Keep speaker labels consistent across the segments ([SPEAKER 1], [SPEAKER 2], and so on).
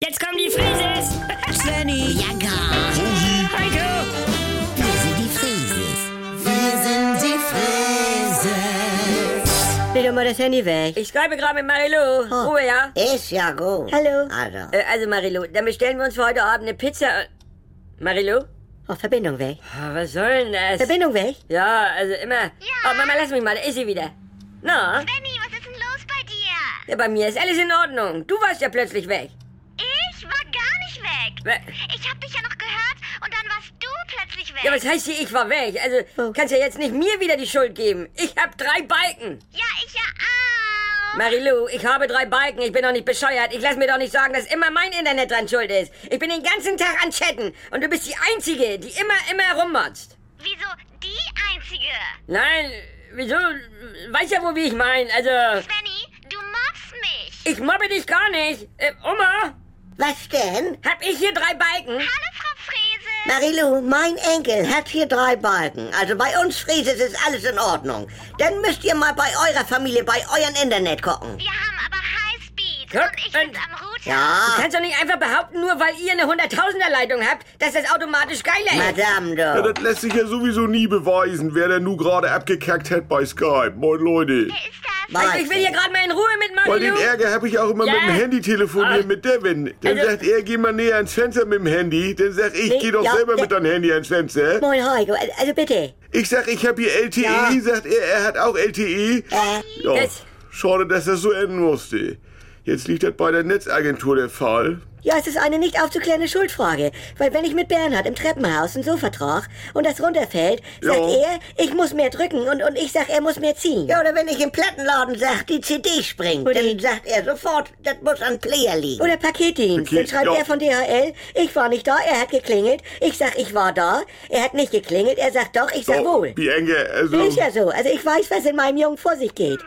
[SPEAKER 1] Conny.
[SPEAKER 2] Ja, gar.
[SPEAKER 1] Heiko.
[SPEAKER 2] Wir sind die Frieses. Wir sind die Frieses.
[SPEAKER 3] Leg doch mal das Handy weg. Äh?
[SPEAKER 1] Ich schreibe gerade mit Marilo. Ruhe, ja?
[SPEAKER 2] Ist ja gut.
[SPEAKER 3] Hallo.
[SPEAKER 2] Also,
[SPEAKER 1] Äh, also, Marilo, dann bestellen wir uns für heute Abend eine Pizza. Marilo?
[SPEAKER 3] Oh, Verbindung weg.
[SPEAKER 1] Ah, Was soll denn das?
[SPEAKER 3] Verbindung weg.
[SPEAKER 1] Ja, also immer. Oh, Mama, lass mich mal, da ist sie wieder. Na,
[SPEAKER 4] Benny, was ist denn los bei dir?
[SPEAKER 1] ja, bei mir ist alles in Ordnung. Du warst ja plötzlich weg.
[SPEAKER 4] Ich war gar nicht weg.
[SPEAKER 1] Wer-
[SPEAKER 4] Ich hab dich ja noch gehört und dann warst du plötzlich weg.
[SPEAKER 1] Ja, was heißt hier, ich war weg? Also,
[SPEAKER 3] Oh.
[SPEAKER 1] kannst ja jetzt nicht mir wieder die Schuld geben. Ich hab drei Balken.
[SPEAKER 4] Ja, ich ja auch.
[SPEAKER 1] Marilou, ich habe drei Balken. Ich bin doch nicht bescheuert. Ich lass mir doch nicht sagen, dass immer mein Internet dran schuld ist. Ich bin den ganzen Tag an Chatten. Und du bist die Einzige, die immer, immer rummotzt.
[SPEAKER 4] Wieso die einzige?
[SPEAKER 1] Nein, wieso? Weiß ja wohl, wie ich meine. Also,
[SPEAKER 4] Benny, du mobst mich.
[SPEAKER 1] ich mobbe dich gar nicht. Äh, Oma,
[SPEAKER 3] Was denn?
[SPEAKER 1] hab ich hier drei Balken?
[SPEAKER 4] Hallo, Frau Frese.
[SPEAKER 3] Marilu, mein Enkel hat hier drei Balken. Also bei uns Frieses ist alles in Ordnung. Dann müsst ihr mal bei eurer Familie, bei euren Internet gucken.
[SPEAKER 4] Wir haben aber Highspeed
[SPEAKER 1] Ja,
[SPEAKER 4] und ich
[SPEAKER 1] und-
[SPEAKER 4] bin am Router.
[SPEAKER 3] Ja,
[SPEAKER 1] Du kannst doch nicht einfach behaupten, nur weil ihr eine 100.000er-Leitung habt, dass das automatisch geiler ist.
[SPEAKER 3] Madame,
[SPEAKER 5] Ja,
[SPEAKER 3] du.
[SPEAKER 5] das lässt sich ja sowieso nie beweisen, wer denn nun gerade abgekackt hat bei Skype. Moin Leute.
[SPEAKER 4] Wer ist das?
[SPEAKER 3] Nein.
[SPEAKER 1] Also, ich will hier gerade mal in Ruhe mit
[SPEAKER 5] Bei dem
[SPEAKER 1] Marilou.
[SPEAKER 5] Ärger habe ich auch immer
[SPEAKER 1] Ja.
[SPEAKER 5] mit dem Handy telefoniert
[SPEAKER 1] Ah.
[SPEAKER 5] mit Devin. Dann
[SPEAKER 1] Also-
[SPEAKER 5] sagt er, geh mal näher ans Fenster mit dem Handy. Dann sag ich,
[SPEAKER 3] Nee,
[SPEAKER 5] geh doch
[SPEAKER 3] ja,
[SPEAKER 5] selber
[SPEAKER 3] ja.
[SPEAKER 5] mit deinem Handy ans Fenster.
[SPEAKER 3] Moin, Heiko. Also also bitte.
[SPEAKER 5] Ich sag, ich habe hier LTE.
[SPEAKER 3] Ja.
[SPEAKER 5] Sagt er, er hat auch LTE.
[SPEAKER 3] Äh,
[SPEAKER 5] Ja,
[SPEAKER 1] Das-
[SPEAKER 5] schade, dass das so enden musste. Jetzt liegt das bei der Netzagentur der Fall.
[SPEAKER 3] ja, es ist eine nicht aufzuklärende Schuldfrage. Weil wenn ich mit Bernhard im Treppenhaus ein Sofa trage und das runterfällt, sagt
[SPEAKER 5] Jo.
[SPEAKER 3] er, ich muss mehr drücken und, und ich sag, er muss mehr ziehen.
[SPEAKER 2] ja, oder wenn ich im Plattenladen sag, die CD springt,
[SPEAKER 3] Oder-
[SPEAKER 2] dann sagt er sofort, das muss an Player liegen.
[SPEAKER 3] Oder Paketdienst.
[SPEAKER 5] Okay,
[SPEAKER 3] Dann schreibt
[SPEAKER 5] ja.
[SPEAKER 3] er von DHL, ich war nicht da, er hat geklingelt. Ich sag, ich war da. Er hat nicht geklingelt, er sagt doch, ich sag
[SPEAKER 5] Doch,
[SPEAKER 3] wohl.
[SPEAKER 5] Wie enge, also.
[SPEAKER 3] Ist ja so. Also ich weiß, was in meinem Jungen vor sich geht.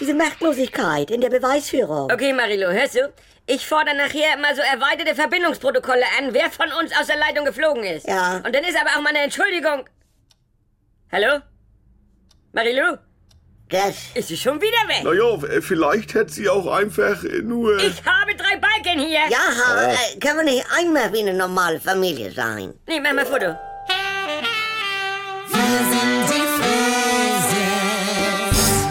[SPEAKER 3] Diese Machtlosigkeit in der Beweisführung.
[SPEAKER 1] Okay, Marilo, hörst du? Ich fordere nachher immer so erweiterte Verbindungsprotokolle an, wer von uns aus der Leitung geflogen ist.
[SPEAKER 3] Ja.
[SPEAKER 1] Und dann ist aber auch mal eine Entschuldigung. Hallo? Marilo?
[SPEAKER 2] Das,
[SPEAKER 1] Ist sie schon wieder weg?
[SPEAKER 5] Naja, vielleicht hätte sie auch einfach nur.
[SPEAKER 1] Ich habe drei Balken hier.
[SPEAKER 2] ja, ha, äh, können wir nicht einmal wie eine normale Familie sein?
[SPEAKER 1] Nee, mach mal Foto.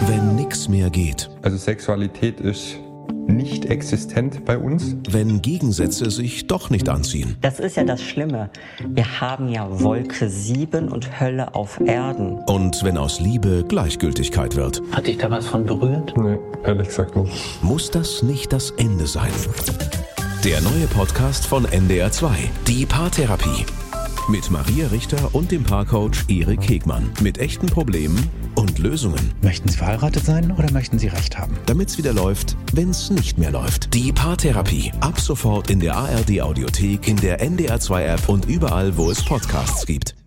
[SPEAKER 6] Wenn nix mehr geht,
[SPEAKER 7] Also Sexualität ist nicht existent bei uns.
[SPEAKER 6] wenn Gegensätze sich doch nicht anziehen,
[SPEAKER 8] Das ist ja das Schlimme. Wir haben ja Wolke 7 und Hölle auf Erden.
[SPEAKER 6] und wenn aus Liebe Gleichgültigkeit wird,
[SPEAKER 9] Hat dich da was von berührt?
[SPEAKER 7] Nee, ehrlich gesagt nicht.
[SPEAKER 6] muss das nicht das Ende sein. Der neue Podcast von NDR2, die Paartherapie. Mit Maria Richter und dem Paarcoach Erik Hegmann. Mit echten Problemen und Lösungen.
[SPEAKER 9] Möchten Sie verheiratet sein oder möchten Sie Recht haben?
[SPEAKER 6] Damit's wieder läuft, wenn's nicht mehr läuft. Die Paartherapie. Ab sofort in der ARD Audiothek, in der NDR2 App und überall, wo es Podcasts gibt.